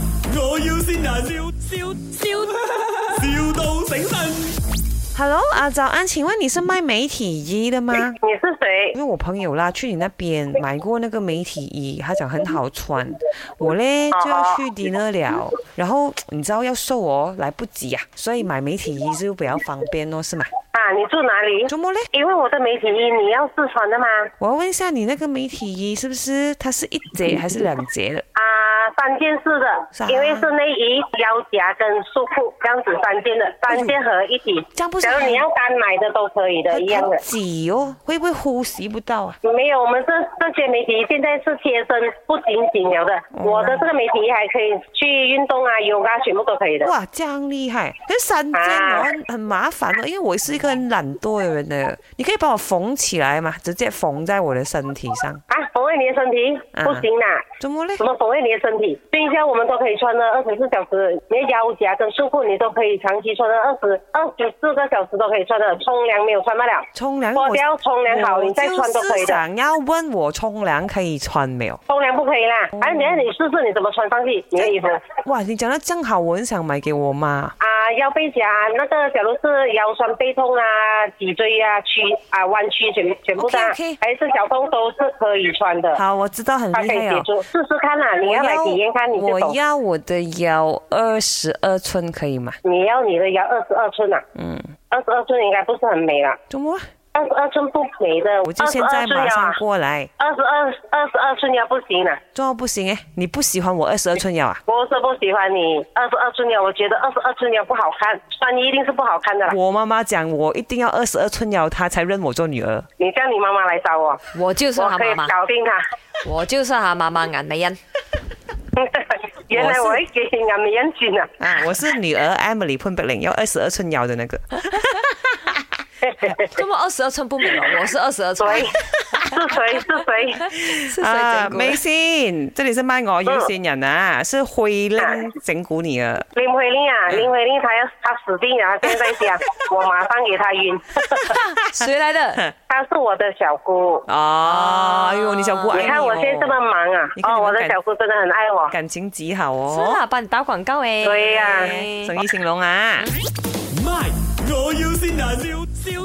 要先人，笑笑笑，,笑到醒神。 Hello 啊，早安，请问你是卖媒体衣的吗？你是谁因？为我朋友啦去你那边买过那个媒体衣，他讲很好穿，我嘞就啊要去 dinner 了，然后你知道要瘦哦，来不及呀、所以买媒体衣就比较方便哦，是吗？啊，你住哪里？周末嘞，因为我的媒体衣你要试穿的吗？我要问一下你那个媒体衣是不是它是一节还是两节的？啊，三件式的啥，因为是内衣、腰夹跟束裤这样子三件的，三件合一体。这样不是假如你要单买的都可以的，一样很的。挤哦，会不会呼吸不到啊？没有，我们这这些媒体衣现在是贴身，不紧紧了的。哦我的这个媒体衣还可以去运动啊、yoga 全部都可以的。哇，这样厉害！可是三件哦啊很很麻烦哦，因为我是一个很懒惰的人呢。你可以帮我缝起来嘛，直接缝在我的身体上。啊，缝纫你的身体、嗯不行啦、怎么嘞什？么所谓你的身体？冰箱我们都可以穿的二十四小时，你的腰夹跟束裤你都可以长期穿的二十二十四个小时都可以穿的。冲凉没有穿不了，冲凉脱我掉冲凉好，你再穿我都可就以是的。想要问我冲凉可以穿没有？冲凉不可以啦，哎、你看你试试你怎么穿上去你的衣服哇，你讲的正好，我很想买给我妈。啊，腰背夹那个，假如是腰酸背痛啊、脊椎啊、曲啊、弯曲全全部的啊 OK，OK 还是小痛都是可以穿的，好，我知道很它厉呃可以害解哦。除，试试看啦、你我要来体验看你就我懂。要我的腰二十二寸可以吗？你要你的腰二十二寸啊，嗯，二十二寸应该不是很美啦。怎么啊？二十二寸不美的，我就现在马上过来。啊二十二二十二寸腰不行了、这样不行诶，你不喜欢我二十二寸腰啊？我是不喜欢你二十二寸腰，我觉得二十二寸腰不好看，穿衣一定是不好看的啦。我妈妈讲我一定要二十二寸腰，她才认我做女儿。你叫你妈妈来找我，我就是我他可以妈妈，搞定 她。我就是他妈妈颜美欣。原来我会给你俺们人群啊！啊，我是女儿 Emily 潘碧玲，要二十二寸腰的那 个。这么二十二寸不美了，我是二十二啊寸， 谁是谁是谁？是谁整蛊啊美的？心，这里是卖我有心人啊，是慧玲整蛊你儿。林慧玲嗯啊，林慧玲她要她死定了，她现在讲我马上给她晕，谁来 的？她是我的小姑。哦，哎呦，你小姑爱你看哦我现在这么忙啊你，看你哦，们我的感小姑真的很爱我。感情极好是哦，啊，帮你打广告哎诶。哎对呀生意兴隆啊。麦，我要先人，笑笑